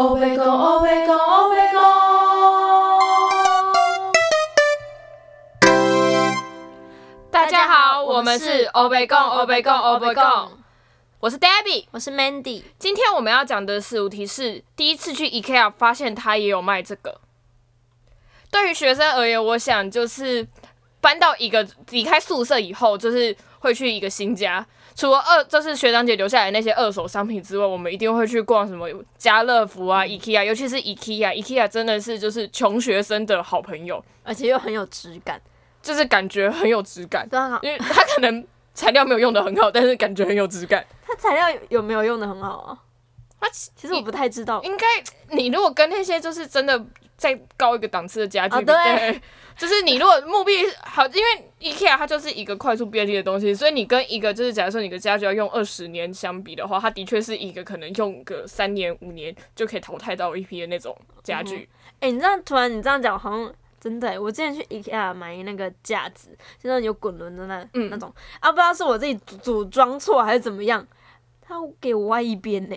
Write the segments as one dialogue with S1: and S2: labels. S1: 白讲，乌白讲，乌白讲。
S2: 大家好，我们是欧贝贡，欧贝贡，欧贝贡。我是 Debbie，
S3: 我是 Mandy。
S2: 今天我们要讲的是无题是第一次去 IKEA 发现它也有卖这个。对于学生而言，我想就是搬到一个离开宿舍以后，就是会去一个新家。除了二，就是学长姐留下来的那些二手商品之外，我们一定会去逛什么家乐福啊、IKEA，尤其是 IKEA，IKEA 真的是就是穷学生的好朋友，
S3: 而且又很有质感，
S2: 就是感觉很有质感。
S3: 对啊，
S2: 因为它可能材料没有用的很好，但是感觉很有质感。
S3: 它材料有有没有用的很好啊？
S2: 它
S3: 其实我不太知道，
S2: 应该你如果跟那些就是真的再高一个档次的家具比，
S3: 哦对
S2: 就是你如果目的好，因为 IKEA 它就是一个快速便利的东西，所以你跟一个就是假如说你的家具要用二十年相比的话，它的确是一个可能用个三年五年就可以淘汰到一批的那种家具。
S3: 哎、你这样突然你这样讲，好像真的欸、我之前去 IKEA 买那个架子，就那种有滚轮的那、
S2: 嗯
S3: 那种啊，不知道是我自己组组装错还是怎么样，它给我歪一边 呢、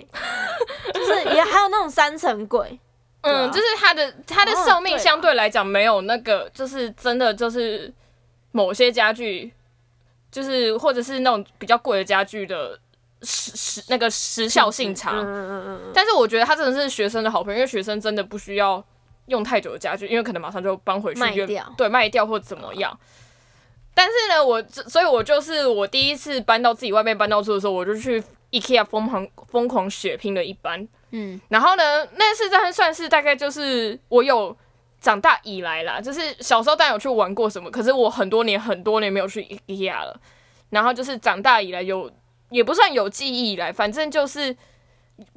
S3: 就是也还有那种三层柜，
S2: 嗯，
S3: 对啊
S2: 就是它的它的
S3: 哦
S2: 寿命
S3: 对啊
S2: 相对来讲没有那个，就是真的就是某些家具，就是或者是那种比较贵的家具的时时那个时效性
S3: 嗯嗯
S2: 长。
S3: 嗯嗯嗯，
S2: 但是我觉得它真的是学生的好朋友，因为学生真的不需要用太久的家具，因为可能马上就搬回去
S3: 卖
S2: 原
S3: 掉
S2: 对，卖掉或怎么样。但是呢，我所以，我就是我第一次搬到自己外面搬到住的时候，我就去 IKEA 疯狂疯狂血拼了一番。
S3: 嗯，
S2: 然后呢，那次真的算是大概就是我有长大以来啦，就是小时候当然有去玩过什么，可是我很多年很多年没有去 IKEA 了。然后就是长大以来有，也不算有记忆以来，反正就是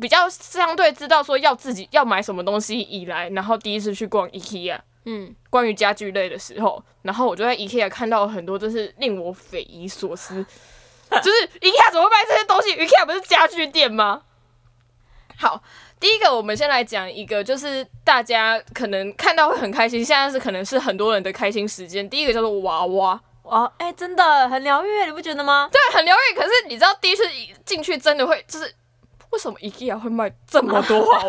S2: 比较相对知道说要自己要买什么东西以来，然后第一次去逛 IKEA。
S3: 嗯，
S2: 关于家具类的时候，然后我就在 IKEA 看到很多，就是令我匪夷所思， 就是 IKEA 怎么会卖这些东西？IKEA 不是家具店吗？好，第一个我们先来讲一个，就是大家可能看到会很开心，现在是可能是很多人的开心时间。第一个叫做娃娃，
S3: 哦，哎、真的很疗愈，你不觉得吗？
S2: 对，很疗愈。可是你知道，第一次进去真的会就是。为什么 IKEA 会卖这么多娃娃？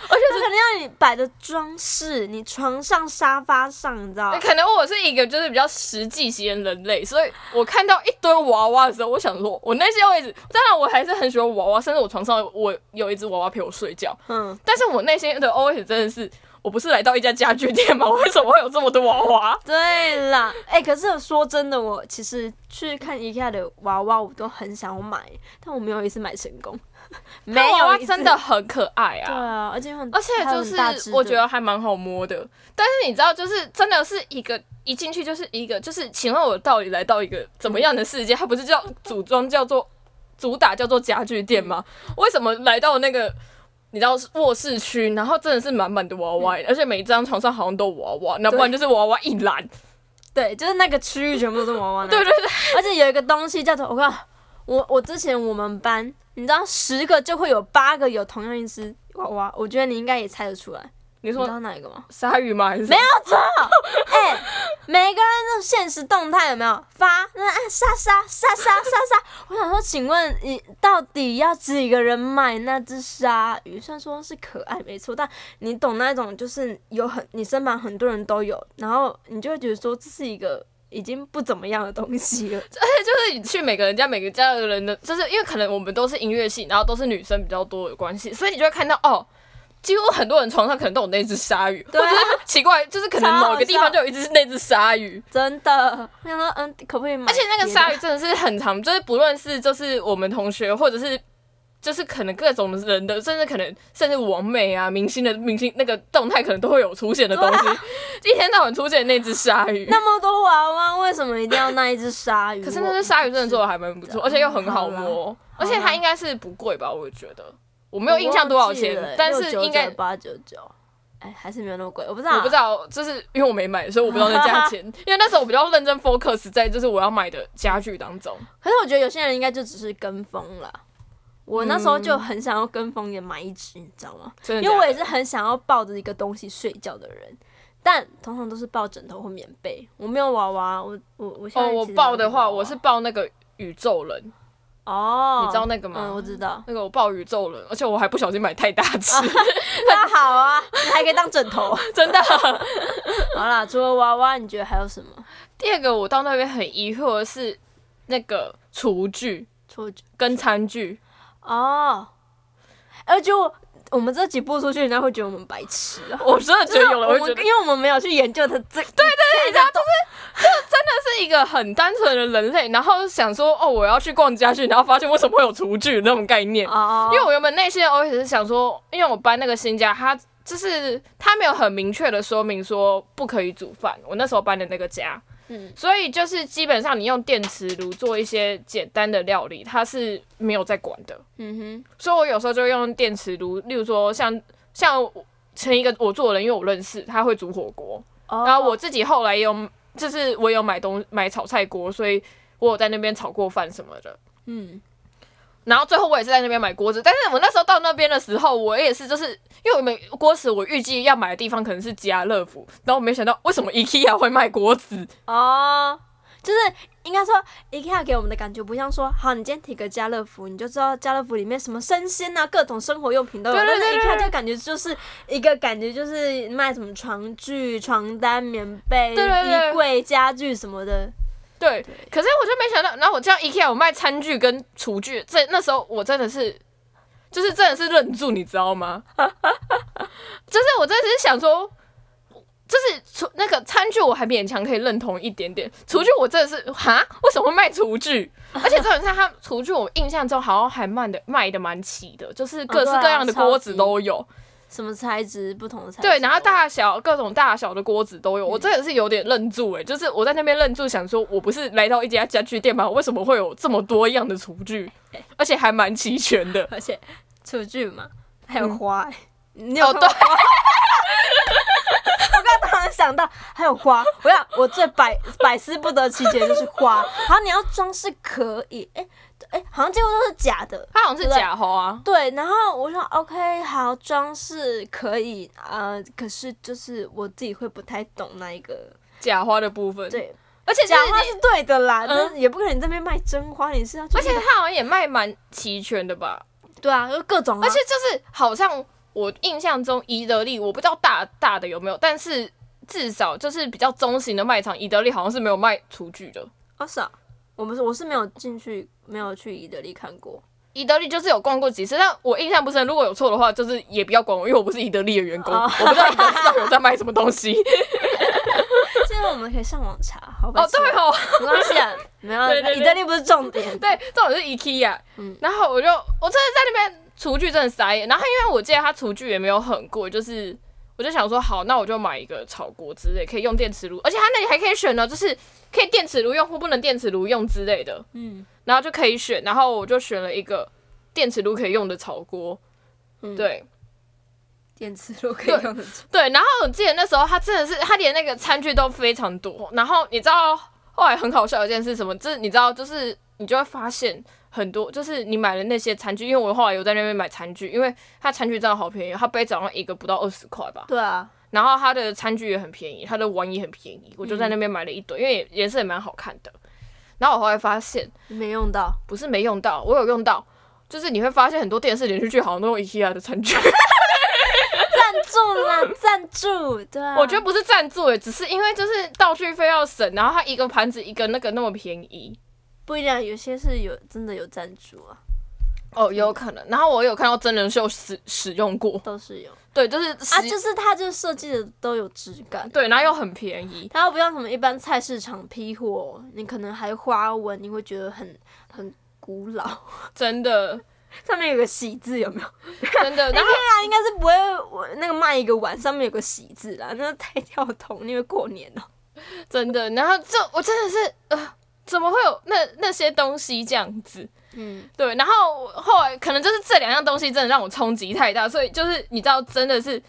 S3: 它可能让你摆的装饰，你床上、沙发上，你知道吗？
S2: 可能我是一个就是比较实际型的人类，所以我看到一堆娃娃的时候，我想说，我那些位置，当然我还是很喜欢娃娃，甚至我床上我有一只娃娃陪我睡觉。
S3: 嗯，
S2: 但是我内心的 OS 真的是，我不是来到一家家具店吗？为什么会有这么多娃娃？
S3: 对啦，哎、可是说真的，我其实去看 IKEA 的娃娃，我都很想买，但我没有一次买成功，没
S2: 娃
S3: 有
S2: 娃
S3: 一次
S2: 真的很可爱
S3: 对啊，而且很
S2: 而且
S3: 还有
S2: 就
S3: 很大只
S2: 是
S3: 的
S2: 我觉得还蛮好摸的，但是你知道，就是真的是一个一进去就是一个，就是请问我到底来到一个怎么样的世界？它不是 叫组装叫做主打叫做家具店吗？为什么来到那个你知道是卧室区，然后真的是满满的娃娃，欸
S3: 嗯
S2: 而且每一张床上好像都有娃娃，那不然就是娃娃一篮，
S3: 嗯对，就是那个区域全部都是娃 娃，
S2: 对对，对，
S3: 而且有一个东西叫做我看我我之前我们班，你知道十个就会有八个有同样一只娃娃，我觉得你应该也猜得出来，
S2: 你
S3: 你知
S2: 说
S3: 道哪一个吗？
S2: 鲨鱼吗？还是什
S3: 没
S2: 么
S3: 有错，哎、每个人的现实动态有没有发？那啊，莎莎莎莎莎莎， 我想说，请问你到底要几个人买那只鲨鱼？虽然说是可爱没错，但你懂那种就是有很你身旁很多人都有，然后你就会觉得说这是一个已经不怎么样的东西了。
S2: 就是你去每个人家每个家的人的，就是因为可能我们都是音乐系，然后都是女生比较多的关系，所以你就会看到哦，几乎很多人床上可能都有那只鲨鱼，
S3: 对啊
S2: 或者是奇怪，就是可能某个地方就有一只那只鲨鱼。
S3: 真的，我想说，嗯，可不可以买
S2: 而
S3: 别
S2: 且
S3: 的？
S2: 那个鲨鱼真的是很长，就是不论是就是我们同学，或者是就是可能各种人的，甚至可能甚至网美啊、明星的明星那个动态，可能都会有出现的东西，
S3: 啊
S2: 一天到晚出现那只鲨鱼。
S3: 那么多娃娃，为什么一定要那一只鲨 鱼？
S2: 可是那只鲨鱼真的做的还蛮不错，而且又很好
S3: 嗯好
S2: 摸，而且它应该是不贵吧？我觉得我没有印象多少钱，但是应该
S3: 八九九，哎，还是没有那么贵，我不知道，
S2: 我不知道，就是因为我没买，所以我不知道那价 钱。因为那时候我比较认真 focus 在就是我要买的家具当中，
S3: 可是我觉得有些人应该就只是跟风了。我那时候就很想要跟风也买一只，你知道吗？
S2: 嗯真的
S3: 因
S2: 假的。
S3: 为我也是很想要抱着一个东西睡觉的人，但通常都是抱枕头或棉被。我没有娃娃，我我我现在
S2: 哦，我
S3: 其实没有
S2: 抱的
S3: 娃
S2: 话，
S3: 娃
S2: 我是抱那个宇宙人，
S3: 啊哦，
S2: 你知道那个吗
S3: 嗯，我知 啊道。
S2: 那个我暴雨骤冷，而且我还不小心买太大只，
S3: 那好啊，你还可以当枕头。
S2: 真的。
S3: 好啦，除了娃娃，你觉得还有什么？
S2: 第二个我到那边很疑惑的是那个厨具
S3: 除
S2: 跟餐具，
S3: 哦，而且我我们这几步出去，人家会觉得我们白痴啊。
S2: 我真的觉
S3: 就是
S2: 得有人
S3: 我
S2: 会
S3: 们
S2: 觉得
S3: 因为我们没有去研究它这，对对
S2: 你知道是一个很单纯的人类，然后想说哦，我要去逛家具，然后发现为什么会有厨具那种概念。
S3: 哦，
S2: 因为我原本内心的 OS 是想说，因为我搬那个新家，它就是它没有很明确的说明说不可以煮饭。我那时候搬的那个家，
S3: 嗯
S2: 所以就是基本上你用电磁炉做一些简单的料理，它是没有在管的。
S3: 嗯哼，
S2: 所以我有时候就会用电磁炉，例如说像像我前一个我做的人，因为我认识他会煮火锅，
S3: 哦
S2: 然后我自己后来也有，就是我有买东买炒菜锅，所以我有在那边炒过饭什么的。
S3: 嗯
S2: 然后最后我也是在那边买锅子，但是我那时候到那边的时候，我也是就是因为我们锅子我预计要买的地方可能是家乐福，然后我没想到为什么 IKEA 会卖锅子，
S3: 哦，就是应该说 IKEA 给我们的感觉不像说，好，你今天提个家乐福，你就知道家乐福里面什么生鲜啊，各种生活用品都有。
S2: 对对对对
S3: 但是 IKEA 就感觉就是一个感觉就是卖什么床具、床单、棉被、
S2: 对对对
S3: 衣柜、家具什么的。
S2: 对，可是我就没想到，然后我知道 IKEA 有卖餐具跟厨具，这那时候我真的是，就是真的是愣住，你知道吗？ 就是我真的是想说，就是厨那个餐具我还勉强可以认同一点点，厨具我真的是哈，为什么会卖厨 具？而且重点是它厨具，我印象中好像还卖的卖的蛮齐的，就是各式各样的
S3: 哦对啊
S2: 锅子
S3: 超级
S2: 都有。
S3: 什么材质，不同的材质。？
S2: 对，然后大小各种大小的锅子都有，我真的是有点愣住哎、就是我在那边愣住，想说我不是来到一家家具店吗？为什么会有这么多样的厨 具，而且还蛮齐全的
S3: 而且厨具嘛，还有
S2: 嗯
S3: 花、欸你有
S2: 哦，
S3: 看
S2: 对
S3: 过，我刚刚突然想到还有花，我想我最百百思不得其解的就是花。然后你要装饰可以，哎、哎、好像几乎都是假的。
S2: 它好像是假花啊，
S3: 对，然后我说 OK，好，装饰可以，呃，可是就是我自己会不太懂那一个。
S2: 假花的部分。，
S3: 对，
S2: 而且就
S3: 假
S2: 是
S3: 花
S2: 你
S3: 是对的啦，
S2: 嗯
S3: 但是也不可能你这边卖真花，你是要去
S2: 而且它好像也卖蛮齐全的吧？
S3: 对啊，就各种啊、
S2: 而且就是好像我印象中宜得利，我不知道大大的有没有，但是至少就是比较中型的卖场，宜得利好像是没有卖厨具的。
S3: 哦是啊，我们是我是没有进去，没有去伊德利看过。
S2: 伊德利就是有逛过几次，但我印象不深。如果有错的话，就是也不要管我，因为我不是伊德利的员工，
S3: 哦
S2: 我不知道伊德利到底有在卖什么东 西。
S3: 现在我们可以上网查，好吧？
S2: 哦，对哦，
S3: 没关系啊，没有，
S2: 对对对
S3: 意大利不是重点。
S2: 对，这种是 IKEA。
S3: 嗯
S2: 然后我就我真的在那边厨具真的傻眼，然后因为我记得它厨具也没有很贵，就是我就想说好，那我就买一个炒锅之类，可以用电磁炉，而且它那里还可以选呢，就是可以电磁炉用或不能电磁炉用之类的。
S3: 嗯，
S2: 然后就可以选，然后我就选了一个电磁炉可以用的炒锅。
S3: 嗯
S2: 对，
S3: 电磁炉可以用得着。
S2: 对，然后我记得那时候他真的是，他连那个餐具都非常多。然后你知道后来很好笑的一件事是什么？就是你知道，就是你就会发现很多，就是你买的那些餐具，因为我后来有在那边买餐具，因为它餐具真的好便宜，它杯子好像一个不到二十块吧。
S3: 对啊，
S2: 然后它的餐具也很便宜，它的碗也很便宜，我就在那边买了一堆，因为颜色也蛮好看的。然后我后来发现，
S3: 没用到。
S2: 不是没用到，我有用到，就是你会发现很多电视连续剧好像都用 IKEA 的餐具。
S3: 赞助啦，赞助。对啊，
S2: 我觉得不是赞助诶，欸只是因为就是道具费要省，然后它一个盘子一个那个那么便宜。
S3: 不一定，有些是有真的有赞助啊，
S2: 哦，有可能。然后我有看到真人秀使使用过，
S3: 都是有啊，
S2: 对，就是使
S3: 就是它就设计的都有质感。
S2: 对，然后又很便宜。
S3: 它又不像什么一般菜市场批货，你可能还花纹，你会觉得很很古老。
S2: 真 的，
S3: 上面有个喜字，有没有？
S2: 真的。然后
S3: 他应该是不会，我那个卖一个碗上面有个喜字啦，那太跳桶，因为过年哦了。
S2: 真的，然后这我真的是呃，怎么会有那那些东西这样子？
S3: 嗯，
S2: 对，然后后来可能就是这两样东西真的让我冲击太大，所以就是你知道真的是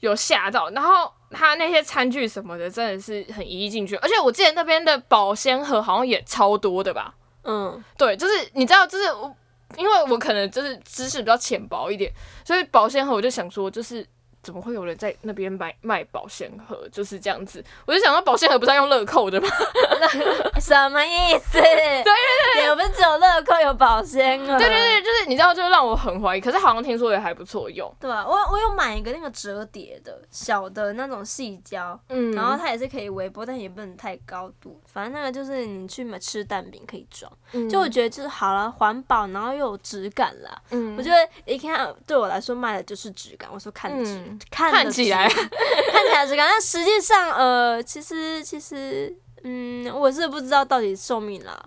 S2: 有吓到。然后他那些餐具什么的真的是很一一进去，而且我记得那边的保鲜盒好像也超多的吧？
S3: 嗯，
S2: 对，就是你知道，就是我因为我可能就是知识比较浅薄一点，所以保鲜盒我就想说就是。怎么会有人在那边买卖保险盒？就是这样子，我就想到保险盒不是要用乐扣的吗？
S3: 什么意思？对对对，也不是只有乐扣有保鲜 啊。
S2: 对对对，就是你知道，就是让我很怀疑。可是好像听说也还不错用，
S3: 对啊，我我有买一个那个折叠的小的那种细胶，
S2: 嗯，
S3: 然后它也是可以微波，但也不能太高度。反正那个就是你去买吃蛋饼可以装，
S2: 嗯
S3: 就我觉得就是好了，环保，然后又有质感啦。
S2: 嗯
S3: 我觉得一看对我来说卖的就是质感，我说看的质、
S2: 嗯
S3: 看
S2: 看
S3: 的
S2: 起
S3: 质
S2: 来
S3: 看起来质感，但实际上呃，其实其实嗯，我是不知道到底寿命啦。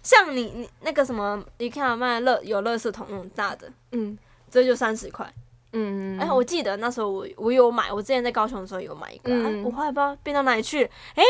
S3: 像你你那个什么，你看卖乐有乐色桶那种大的，
S2: 嗯
S3: 这就三十块。
S2: 嗯，
S3: 哎、我记得那时候我我有买，我之前在高雄的时候有买一个，
S2: 嗯
S3: 哎我后来不知道变到哪里去了。哎、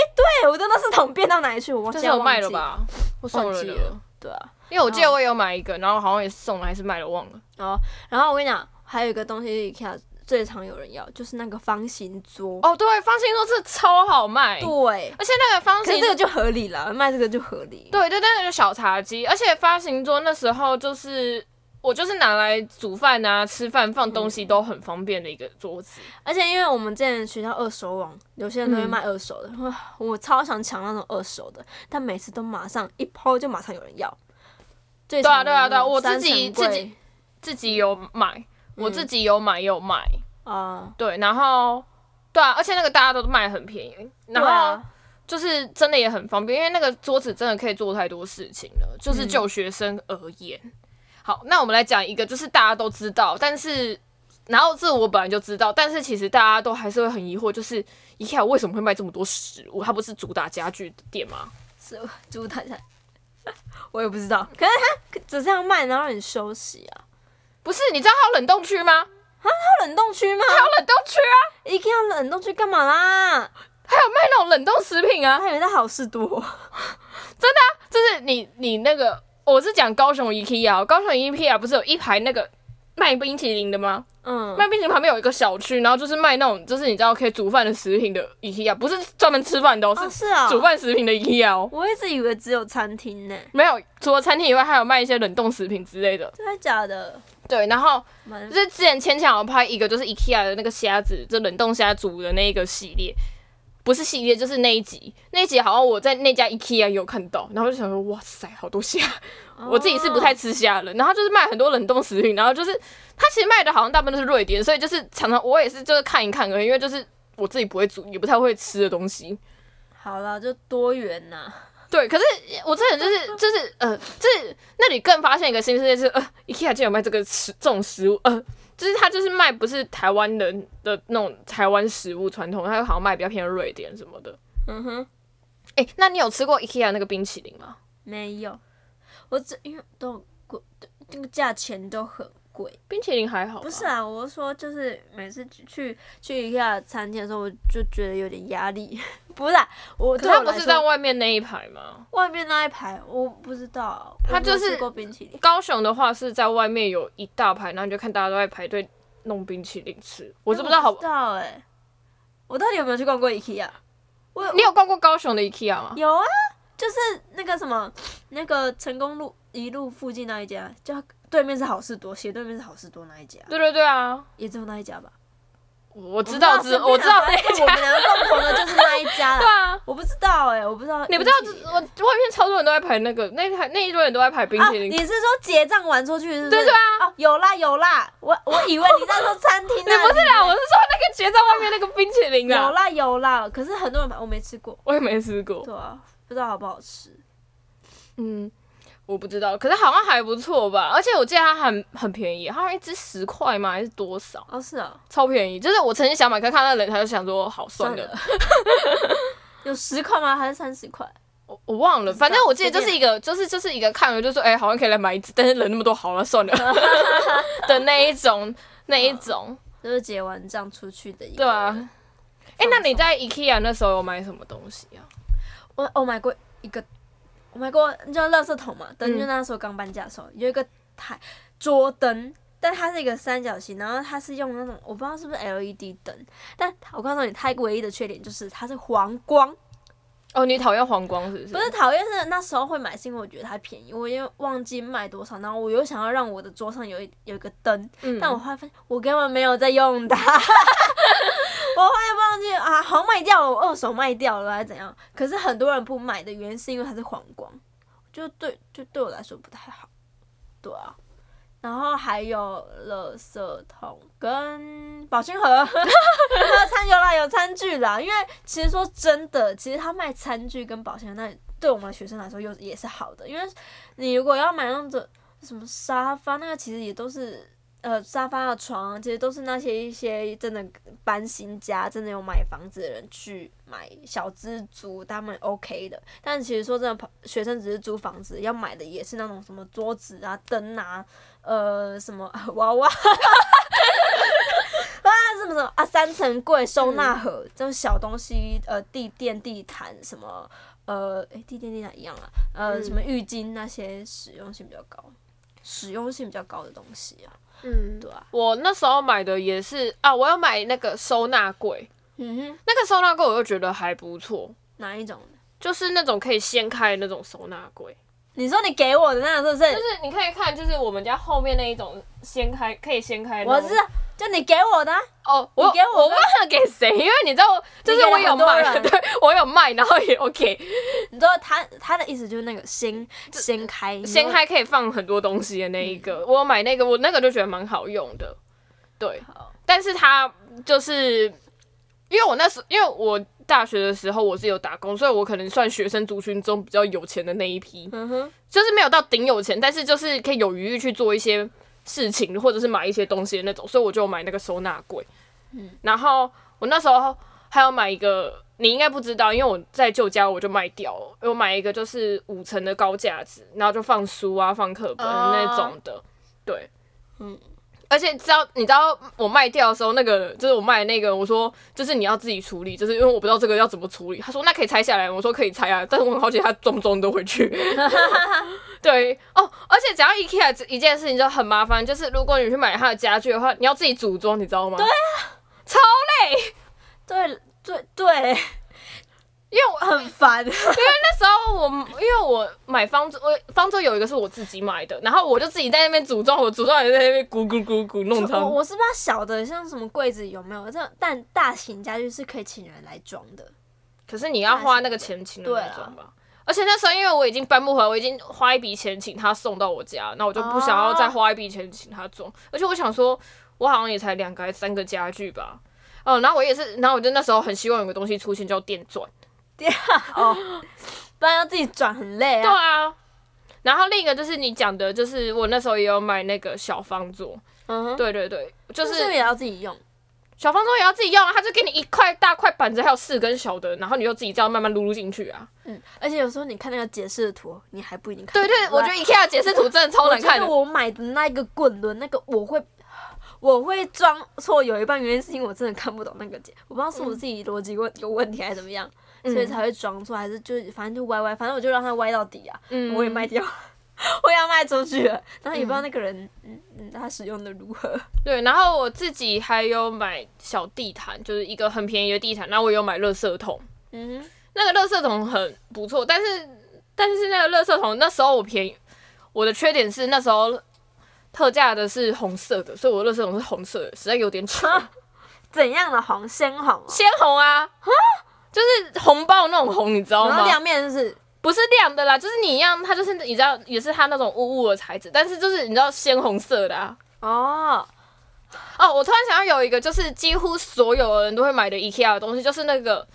S3: 对，我的那是桶变到哪里去，我忘
S2: 这
S3: 记
S2: 是
S3: 要
S2: 我卖了
S3: 忘记？
S2: 吧？我送
S3: 忘
S2: 了
S3: 记
S2: 的
S3: 了，对啊。
S2: 因为我记得我也有买一个，然后好像也送了还是卖了，忘了。
S3: 哦，然后我跟你讲，还有一个东西看最常有人要，就是那个方形桌。
S2: 哦，对，方形桌是超好卖，
S3: 对，
S2: 而且那个方
S3: 可
S2: 形
S3: 是这个就合理了，卖这个就合理。
S2: 对对对，那个小茶几，而且发行桌那时候就是我就是拿来煮饭啊、吃饭、放东西都很方便的一个桌子。
S3: 而且因为我们之前学校二手网，有些人都
S2: 嗯
S3: 会卖二手的，哇我超想抢那种二手的，但每次都马上一抛就马上有人要。对
S2: 对啊对啊对啊我自己自己自己有买，我
S3: 嗯
S2: 自己有买也有卖，
S3: 啊，
S2: 对，然后对啊，而且那个大家都卖很便宜，然
S3: 对
S2: 后
S3: 啊
S2: 就是真的也很方便，因为那个桌子真的可以做太多事情了，就是
S3: 嗯
S2: 就学生而言。好，那我们来讲一个，就是大家都知道，但是。然后这我本来就知道，但是其实大家都还是会很疑惑，就是宜家为什么会卖这么多食物？它不是主打家具店吗？
S3: 是猪大 家，我也不知道。可是他只这样卖，然后让你休息啊？
S2: 不是，你知道它有冷冻区吗？
S3: 它有冷冻区吗？
S2: 它有冷冻区啊，
S3: 一定要冷冻区干嘛啦？
S2: 还有卖那种冷冻食品 啊。
S3: 他以为在好事多。
S2: 就是你你那个，我是讲高雄 IKEA，哦高雄 IKEA 不是有一排那个卖冰淇淋的吗？
S3: 嗯，
S2: 卖冰淇淋旁边有一个小区，然后就是卖那种就是你知道可以煮饭的食品的 IKEA，不是专门吃饭的、哦，
S3: 哦
S2: 是
S3: 是啊、
S2: 煮饭食品的 IKEA 哦。
S3: 我一直以为只有餐厅呢，
S2: 没有，除了餐厅以外，还有卖一些冷冻食品之类的。
S3: 真的假的？
S2: 对，然后
S3: 蛮
S2: 就是之前千巧有拍一个，就是 IKEA 的那个虾子，就冷冻虾煮的那一个系列，不是系列，就是那一集。那一集好像我在那家 IKEA 有看到，然后就想说，哇塞，好多虾！我自己是不太吃虾的。然后就是卖很多冷冻食品，然后就是它其实卖的好像大部分都是瑞典，所以就是常常我也是就是看一看而已，因为就是我自己不会煮，也不太会吃的东西。
S3: 好了，就多元呐、
S2: 对，可是我这人 就是就是呃，就是那里更发现一个新世界是呃，IKEA 竟然有卖这个食这种食物，呃，就是它就是卖不是台湾人的那种台湾食物传统，它好像卖比较偏瑞典什么的。
S3: 嗯哼，
S2: 哎、那你有吃过 IKEA 那个冰淇淋吗？
S3: 没有，我只因为都很贵，这个价钱都很贵。
S2: 冰淇淋还好吧，
S3: 不是啊，我是说就是每次去去去一下餐厅的时候，我就觉得有点压力。 不是、啊，我
S2: 可
S3: 对
S2: 是它
S3: 我
S2: 不
S3: 来
S2: 是
S3: 说
S2: 在外面那一排吗？
S3: 外面那一排，我不知道。
S2: 它
S3: 我没有
S2: 就是
S3: 吃过冰淇淋，
S2: 高雄的话是在外面有一大排，然后你就看大家都在排队弄冰淇淋吃。我是不知道好，
S3: 我不知道哎、我到底有没有去逛过 IKEA？我
S2: 你有逛过高雄的 IKEA 吗？
S3: 有啊，就是那个什么，那个成功路一路附近那一家，叫对面是好事多，斜对面是好事多那一家，
S2: 对对对啊，
S3: 也只有那一家吧。
S2: 我
S3: 啊
S2: 知道，知我知道那一
S3: 我
S2: 家，
S3: 们两个共同的就是那一家
S2: 对
S3: 啦。
S2: 啊。
S3: 我不知道 哎、我不知道
S2: 你
S3: 冰淇淋。
S2: 不知道，我外面超多人都在排那个，那一排那一堆人都在排冰
S3: 啊，
S2: 淇淋。
S3: 你是说结账完出去是不是？
S2: 对对啊
S3: 哦，有啦有啦，我我以为你在说餐厅、啊，
S2: 你不是啦，我是说那个结账外面那个冰淇淋
S3: 有
S2: 啊，
S3: 啦有啦，可是很多人买，我没吃过，
S2: 我也没吃过。
S3: 对啊，不知道好不好吃。
S2: 嗯，我不知道，可是好像还不错吧。而且我记得它很很便宜，它好像一只十块嘛，还是多少？
S3: 哦，是啊，
S2: 超便宜。就是我曾经想买，可是看到人，他就想说好算
S3: 算
S2: 了，
S3: 了，有十块吗？还是三十块？
S2: 我我忘了，
S3: 不知道
S2: 反正我记得
S3: 随
S2: 就
S3: 便
S2: 是一个，就是就是一个看了就说，哎、好像可以来买一只，但是人那么多，好了算了 的那一种，那一种，
S3: 就是结完账出去的一个
S2: 对啊
S3: 人。。
S2: 哎、那你在 IKEA 那时候有买什么东西啊？
S3: 我我买过一个，我买过你知道垃圾桶嘛？灯就那时候刚搬家的时候，有一个台桌灯，但它是一个三角形，然后它是 E 用那种我不知道是不是 LED 灯，但它我告诉你，它唯一的缺点就是它是黄光，
S2: 哦，你讨厌黄光是不是？
S3: 不是讨厌，是那时候会买，是因为我觉得它便宜，我又忘记卖多少，然后我又想要让我的桌上有一有一个灯，
S2: 嗯，
S3: 但我后来发现我根本没有在用它， 我后来忘记啊，好像卖掉了，我二手卖掉了还是怎样？可是很多人不买的原因是因为它是黄光，就对就对我来说不太好，对啊。然后还有垃圾桶跟保鲜盒， 还有餐有啦有餐具啦，因为其实说真的，其实他卖餐具跟保鲜盒，那对我们学生来说又也是好的，因为你如果要买那种什么沙发，那个其实也都是呃沙发啊、床啊，其实都是那些一些真的搬新家、真的有买房子的人去买小资族，他们 OK 的。但其实说真的，学生只是租房子，要买的也是那种什么桌子啊、灯啊、呃什么 娃娃。啊，什么什么啊，三层柜、收纳盒、这种小东西，呃，地垫、地毯什么，呃，诶、地垫、地毯一样啊，呃，
S2: 嗯
S3: 什么浴巾那些使用性比较高，使用性比较高的东西啊，
S2: 嗯，
S3: 对啊，
S2: 我那时候买的也是啊，我要买那个收纳柜，
S3: 嗯哼，
S2: 那个收纳柜我又觉得还不错，
S3: 哪一种的？
S2: 就是那种可以掀开的那种收纳柜，
S3: 你说你给我的那个是不？
S2: 就是是你可以看，就是我们家后面那一种掀开可以掀开的那
S3: 我
S2: 种。
S3: 知道，就你给我的啊、
S2: 哦，我
S3: 你给我
S2: 我忘了给谁，因为你知道，就是我有卖
S3: 你给了很，多
S2: 对我有卖，然后也 OK，
S3: 你知道他他的意思就是那个掀掀开，
S2: 掀开可以放很多东西的那一个，我有买那个，我那个就觉得蛮好用的，对，
S3: 好，
S2: 但是它就是因为我那时，因为我大学的时候我是有打工，所以我可能算学生族群中比较有钱的那一批，
S3: 嗯哼，
S2: 就是没有到顶有钱，但是就是可以有余裕去做一些事情，或者是买一些东西的那种，所以我就有买那个收纳柜。嗯，然后我那时候还有买一个，你应该不知道，因为我在旧家我就卖掉了，我买一个就是五层的高架子，然后就放书啊、放课本
S3: 哦
S2: 那种的，对，
S3: 嗯
S2: 嗯。而且知道你知道我卖掉的时候，那个就是我卖的那个，我说就是你要自己处理，就是因为我不知道这个要怎么处理。他说那可以拆下来吗，我说可以拆啊，但是我很好奇他装不装得回去。对哦，而且只要 IKEA 这一件事情就很麻烦，就是如果你去买它的家具的话，你要自己组装，你知道吗？对啊，超累，
S3: 对对对，
S2: 因为我
S3: 很烦，
S2: 那时候我因为我买方桌，我方桌有一个是我自己买的，然后我就自己在那边组装，我组装也在那边咕咕咕咕弄
S3: 我
S2: 成。
S3: 我是不知道小的像什么柜子有没有这，但大型家具是可以请人来装的。
S2: 可是你要花那个钱请人
S3: 对
S2: 来
S3: 啊
S2: 装吧。而且那时候因为我已经搬不回来，我已经花一笔钱请他送到我家，那我就不想要
S3: 哦
S2: 再花一笔钱请他装。而且我想说，我好像也才两个还是三个家具吧。哦，然后我也是，然后我就那时候很希望有个东西出现叫电钻。
S3: 哦，不然要自己转很累
S2: 对
S3: 啊。
S2: 啊。然后另一个就是你讲的，就是我那时候也有买那个小方桌，
S3: 嗯哼，
S2: 对对对，就
S3: 就是
S2: 是
S3: 也要自己用。
S2: 小方桌也要自己用啊，他就给你一块大块板子，还有四根小的，然后你就自己这样慢慢撸撸进去啊。
S3: 嗯，而且有时候你看那个解释的图，你还不一定看
S2: 对
S3: 得出
S2: 对，
S3: 来。
S2: 我觉得 IKEA 解释图真的超
S3: 我
S2: 难
S3: 觉
S2: 看
S3: 得
S2: 的。
S3: 我买的那个滚轮，那个我会。我会装错，有一半原因是因为我真的看不懂那个解，我不知道是我自己逻辑问有问题还是怎么样，所以
S2: 嗯
S3: 才会装错，还是就是反正就歪歪，反正我就让它歪到底啊，
S2: 嗯
S3: 我也卖掉， 我也要卖出去了，然后也不知道那个人嗯嗯他使用的如何，
S2: 对，然后我自己还有买小地毯，就是一个很便宜的地毯，然后我有买垃圾桶，
S3: 嗯哼，
S2: 那个垃圾桶很不错，但是但是那个垃圾桶那时候我便宜，我的缺点是那时候特价的是红色的，所以我的垃圾桶是红色的，实在有点丑，
S3: 啊怎样的红鲜红、哦，
S2: 鲜红啊，就是红包那种红，你知道
S3: 然后
S2: 吗？
S3: 亮面就是
S2: 不是亮的啦，就是你一样，它就是你知道也是它那种雾雾的材质，但是就是你知道鲜红色的啊。
S3: 哦，
S2: 哦，我突然想要有一个，就是几乎所有人都会买的 IKEA 的东西，就是那个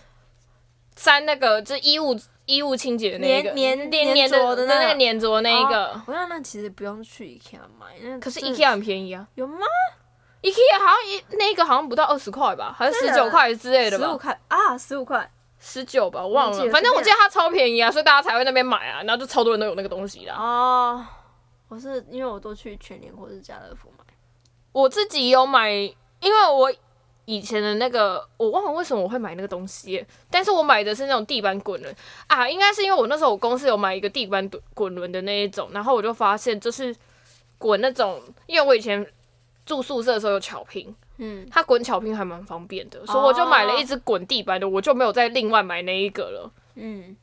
S2: 粘那个就是衣物衣物清洁的那个
S3: 粘粘
S2: 粘
S3: 粘着的
S2: 的
S3: 那个
S2: 那个粘着那一个。
S3: 哦我想那其实不用去 IKEA 买，那
S2: 可是
S3: 真的
S2: IKEA 很便宜啊
S3: 有吗？
S2: ，IKEA 好像一那个好像不到二十块吧，还是
S3: 真
S2: 十
S3: 的
S2: 九块之类的
S3: 十五
S2: 吧，
S3: 块啊，十五块，
S2: 十九吧，我忘
S3: 我记
S2: 了。
S3: 得
S2: 反正我
S3: 是
S2: 记
S3: 这
S2: 得
S3: 样
S2: 它超便宜啊，所以大家才会那边买啊，然后就超多人都有那个东西啦。
S3: 哦，我是因为我都去全联或是家乐福买，
S2: 我自己有买，因为我以前的那个我忘了为什么我会买那个东西耶，但是我买的是那种地板滚轮啊，应该是因为我那时候我公司有买一个地板滚滚轮的那一种，然后我就发现就是滚那种，因为我以前住宿舍的时候有巧拼，
S3: 嗯，
S2: 它滚巧拼还蛮方便的，所以我就买了一只滚地板的，我就没有再另外买那一个了。
S3: 嗯，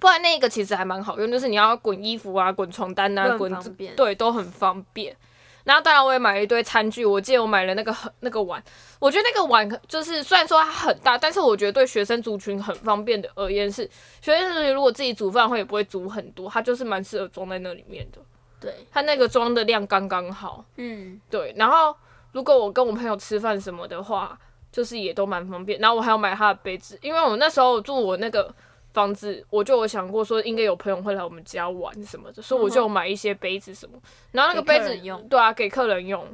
S2: 不然那个其实还蛮好用，就是你要滚衣服啊、滚床单
S3: 都
S2: 啊、
S3: 很
S2: 滚
S3: 方便
S2: 对都很方便。然后当然我也买了一堆餐具，我记得我买了那个很那个碗，我觉得那个碗就是虽然说它很大，但是我觉得对学生族群很方便的而言是，学生族群如果自己煮饭的话也不会煮很多，它就是蛮适合装在那里面的，
S3: 对，
S2: 它那个装的量刚刚好。
S3: 嗯，
S2: 对，然后如果我跟我朋友吃饭什么的话，就是也都蛮方便。然后我还要买他的杯子，因为我那时候住我那个房子，我就有想过说应该有朋友会来我们家玩什么的，所以我就有买一些杯子什么。然后那个
S3: 嗯给
S2: 杯
S3: 客
S2: 子
S3: 人用
S2: 对啊，给客人用，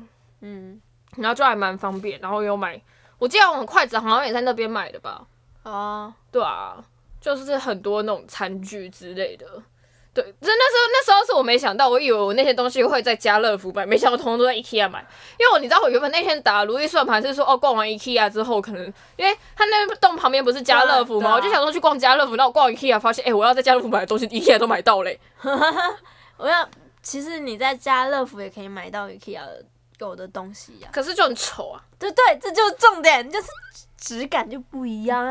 S3: 嗯，
S2: 然后就还蛮方便。然后有买，我记得我们筷子好像也在那边买的吧？
S3: 哦，
S2: 对啊，就是很多那种餐具之类的。对，真那时候那时候是我没想到，我以为我那些东西会在家乐福买，没想到通通都在 IKEA 买。因为我你知道我原本那天打如意算盘是说，哦，逛完 IKEA 之后可能，因为他那栋旁边不是家乐福
S3: 对
S2: 嘛，
S3: 啊
S2: 我就想说去逛家乐福，那我逛 IKEA 发现，哎、我要在家乐福买的东西 IKEA 都买到嘞、
S3: 我要，其实你在家乐福也可以买到 IKEA 有的东西呀、
S2: 可是就很丑啊。
S3: 对对，这就是重点，就是质感就不一样。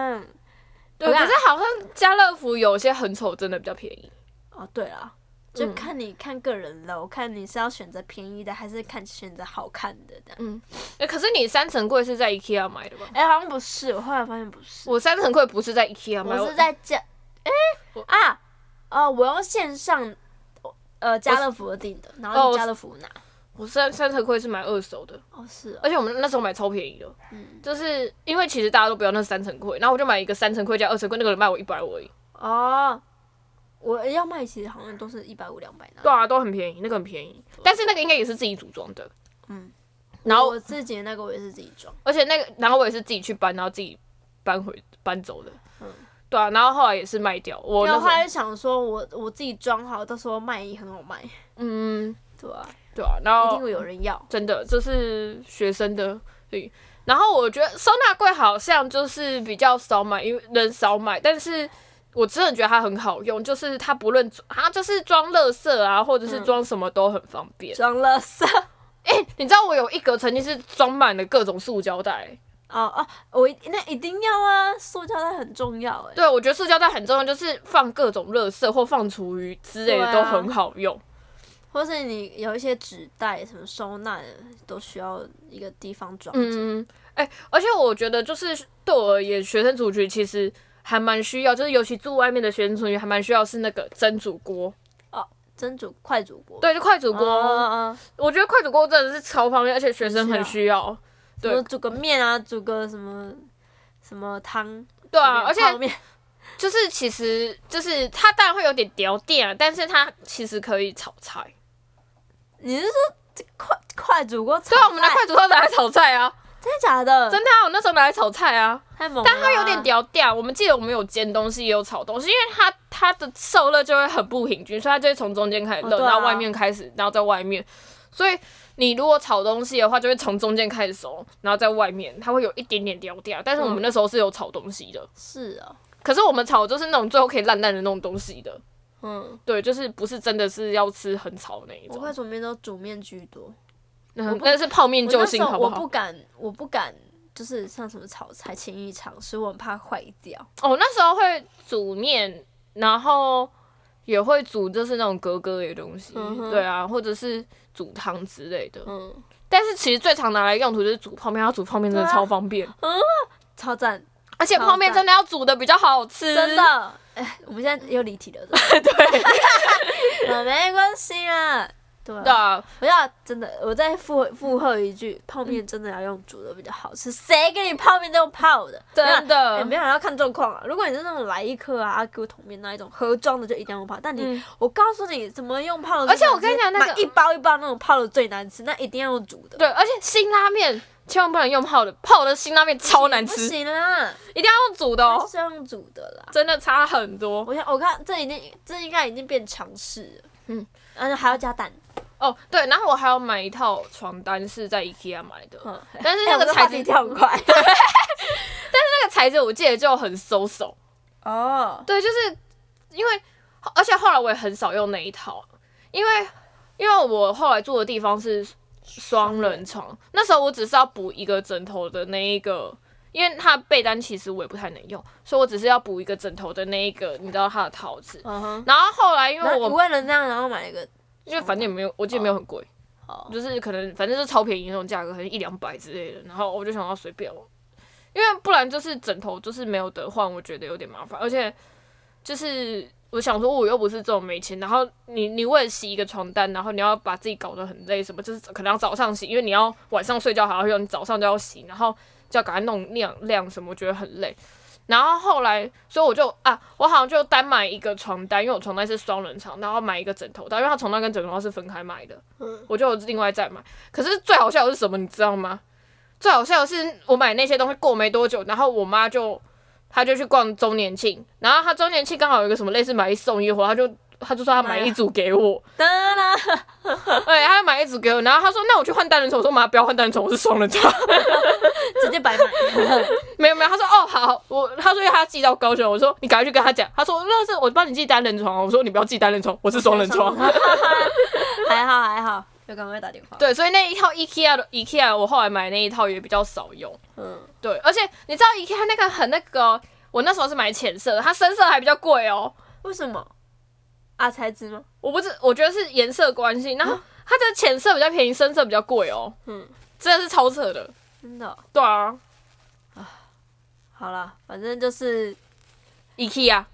S2: 对，
S3: 对
S2: 可
S3: 啊
S2: 是好像家乐福有些很丑，真的比较便宜。
S3: 哦，对了，就
S2: 嗯
S3: 看你看个人了，我看你是要选择便宜的，还是看选择好看的这样。
S2: 哎、可是你三层柜是在 IKEA 买的吧？
S3: 哎、好像不是，我后来发现不是，
S2: 我三层柜不是在 IKEA 买，
S3: 我是在家，哎、
S2: 我
S3: 啊，哦，我用线上，呃，家乐福订的，然后
S2: 哦
S3: 去家乐福拿。
S2: 我三三层柜是买二手的。
S3: 哦，是哦，
S2: 而且我们那时候买超便宜的，
S3: 嗯
S2: 就是因为其实大家都不要那三层柜，然后我就买一个三层柜加二层柜，那个人卖我一百而已。
S3: 哦，我要卖其实好像都是一百五两百呢。
S2: 对啊，都很便宜，那个很便宜，但是那个应该也是自己组装的，
S3: 嗯，
S2: 然后
S3: 我自己的那个我也是自己装。
S2: 而且那个，然后我也是自己去搬，然后自己搬回搬走的
S3: 嗯。
S2: 对啊，然后后来也是卖掉。我
S3: 然
S2: 那
S3: 后
S2: 时
S3: 后来
S2: 候
S3: 就想说我，我自己装好，到时候卖也很好卖，
S2: 嗯，
S3: 对啊，
S2: 对啊，然
S3: 一
S2: 后
S3: 定会有人要。
S2: 真的这是学生的对。然后我觉得收纳柜好像就是比较少买，因为人少买，但是我真的觉得它很好用，就是它不论它就是装垃圾啊，或者是装什么都很方便。
S3: 装了圾。
S2: 哎、你知道我有一格曾经是装满了各种塑胶袋、
S3: 哦哦，我一那一定要啊，塑胶袋很重要哎。
S2: 对我觉得塑胶袋很重要，就是放各种垃圾或放厨余之类的
S3: 对
S2: 都
S3: 啊
S2: 很好用。
S3: 或是你有一些纸袋什么收纳的，都需要一个地方装。
S2: 嗯，哎、而且我觉得就是对我而言，学生族群其实还蛮需要，就是尤其住外面的学生族群还蛮需要是那个蒸煮锅，
S3: 蒸煮快煮锅。
S2: 对，就快煮
S3: 煮
S2: 锅。
S3: 哦
S2: 我觉得快煮锅真的是超方便，而且学生很需要。对
S3: 什么煮个面啊，煮个什么什么汤。
S2: 对啊，而且
S3: 随便泡面
S2: 就是其实就是它当然会有点掉电啊，但是它其实可以炒菜。
S3: 你是说这快快煮锅？
S2: 对啊，我们拿快煮锅拿来炒菜啊，
S3: 真的假的？
S2: 真的啊，我那时候拿来炒菜啊。
S3: 太猛了啊！
S2: 但它有点掉掉，我们记得我们有煎东西也有炒东西，因为它它的受热就会很不平均，所以它就会从中间开始
S3: 哦
S2: 热，
S3: 对啊
S2: 然后外面开始，然后在外面。所以你如果炒东西的话，就会从中间开始熟，然后在外面，它会有一点点掉掉。但是我们那时候是有炒东西的，
S3: 是哦，
S2: 可是我们炒的就是那种最后可以烂烂的那种东西的，
S3: 嗯，
S2: 对，就是不是真的是要吃很炒的那一
S3: 我
S2: 种
S3: 快。煮面都煮面居多。
S2: 那
S3: 我不
S2: 那是泡面
S3: 我
S2: 救
S3: 那
S2: 星
S3: 时候
S2: 好不
S3: 我不
S2: 好？
S3: 敢，我不敢，就是像什么炒菜轻易尝试，我很怕坏掉。
S2: 哦，那时候会煮面，然后也会煮就是那种格格的东西，
S3: 嗯哼
S2: 对啊，或者是煮汤之类的。
S3: 嗯，
S2: 但是其实最常拿来用途就是煮泡面，它煮泡面真的
S3: 对啊
S2: 超方便，
S3: 超赞，
S2: 而且
S3: 超
S2: 泡面
S3: 赞
S2: 真的要煮的比较好吃，
S3: 真的。哎，我们现在又离题了，对
S2: 嗯 对
S3: 不对，呃没关系啦。对啊，
S2: 对啊，
S3: 不要真的，我再附附和一句，泡面真的要用煮的比较好吃。谁给你泡面都用泡的？
S2: 真的
S3: 哎没有人要看状况啊。如果你是那种来一颗啊、阿 Q 桶面那一种盒装的，就一定要泡。但你，
S2: 嗯
S3: 我告诉你怎么用泡的
S2: 而且我跟你
S3: 最难吃，
S2: 讲那个
S3: 买一包一包那种泡的最难吃，那一定要用煮的。
S2: 对，而且辛拉面千万不能用泡的，泡的辛拉面超难
S3: 不
S2: 吃，
S3: 行啦，
S2: 一定要用煮的
S3: 还
S2: 哦，
S3: 是要用煮的啦。
S2: 真的差很多。
S3: 我想，我看这已经这应该已经变常识了。
S2: 嗯
S3: 嗯，然后还要加蛋。
S2: 哦，对，然后我还有买一套床单是在 IKEA 买的，
S3: 嗯，
S2: 但是
S3: 哎
S2: 那
S3: 我
S2: 个
S3: 们
S2: 材
S3: 话
S2: 质、
S3: 题跳很 快。
S2: 那个材质我记得就很收手，
S3: 哦，
S2: 对，就是因为，而且后来我也很少用那一套，因为因为我后来住的地方是双人床，那时候我只是要补一个枕头的那一个因为它被单其实我也不太能用，所以我只是要补一个枕头的那一个，你知道它的套子。
S3: 嗯哼，
S2: 然后后来因
S3: 然
S2: 为
S3: 后你
S2: 我
S3: 为了那样，然后买了一个
S2: 因为反正也没有，我记得没有很贵，
S3: 哦，
S2: 就是可能反正就是超便宜那种价格，可能一两百之类的。然后我就想要随便，因为不然就是枕头就是没有得换，我觉得有点麻烦，而且就是。我想说，我又不是这种没钱，然后你你为了洗一个床单，然后你要把自己搞得很累，什么就是可能要早上洗，因为你要晚上睡觉还要用，你早上就要洗，然后就要赶快弄晾晾什么，我觉得很累。然后后来，所以我就啊，我好像就单买一个床单，因为我床单是双人床，然后买一个枕头套，因为它床单跟枕头套是分开买的，我就有另外再买。可是最好笑的是什么，你知道吗？最好笑的是我买那些东西过没多久，然后我妈就她就去逛周年庆，然后她周年庆刚好有一个什么类似买一送一活，她就她就说她买一组给我，
S3: 噔啦，
S2: 对，她买一组给我，然后她说那我去换单人床，我说妈不要换单人床，我是双人床。
S3: 直接白买。
S2: 没有没有，他说哦好，我他说他寄到高雄，我说你赶快去跟他讲，他说那是我帮你寄单人床哦，我说你不要寄单人床，我 是双人床。
S3: 还好还好，就赶快打电话。
S2: 对，所以那一套 IKEA 的 IKEA 我后来买那一套也比较少用，
S3: 嗯，
S2: 对，而且你知道 IKEA 那个很那个哦、我那时候是买浅色的，它深色还比较贵哦，
S3: 为什么？啊，材质吗？
S2: 我不知我觉得是颜色关系，然后它的浅色比较便宜，深色比较贵哦，
S3: 嗯，
S2: 真的是超扯的，
S3: 真的哦、
S2: 对啊
S3: 好了，反正就是
S2: ，IKEA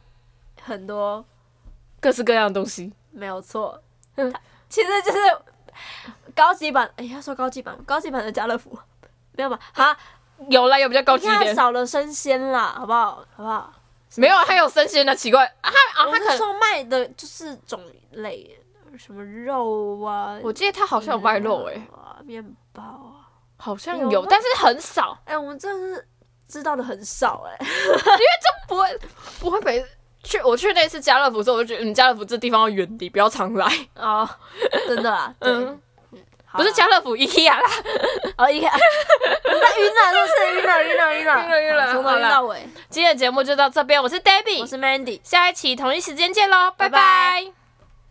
S3: 很多
S2: 各式各样的东西，
S3: 没有错，
S2: 嗯
S3: 它其实就是高级版。哎、要说高级版，高级版的家乐福没有吧？哈，
S2: 有啦有比较高级
S3: 你
S2: 一
S3: 看
S2: 点，
S3: 少了生鲜啦，好不好？好不好？
S2: 没有啊它有生鲜的奇怪，啊它啊
S3: 我
S2: 它可
S3: 是
S2: 能。
S3: 说卖的就是种类，什么肉啊，
S2: 我记得他好像有卖肉哎诶、
S3: 啊，面包啊。
S2: 好像
S3: 有
S2: 嗯有，
S3: 吗
S2: 但是很少，
S3: 哎、我们真的是知道的很少哎、
S2: 不会不会每去我去那次家乐福的时候，我就觉得嗯，家乐福这地方要远离，不要常来。
S3: 哦， 真的啦，对，
S2: 嗯，
S3: 好啦啊
S2: 不是家乐福，IKEA 啦。
S3: 哦，一个， 你在晕了，是不是晕了，晕了，晕了，
S2: 晕了晕了
S3: 好从头
S2: 啊好
S3: 晕
S2: 啦
S3: 到尾。
S2: 今天的节目就到这边，我是
S3: 我
S2: Debbie，
S3: 是 Mandy，
S2: 下一期同一时间见喽，
S3: 拜
S2: 拜拜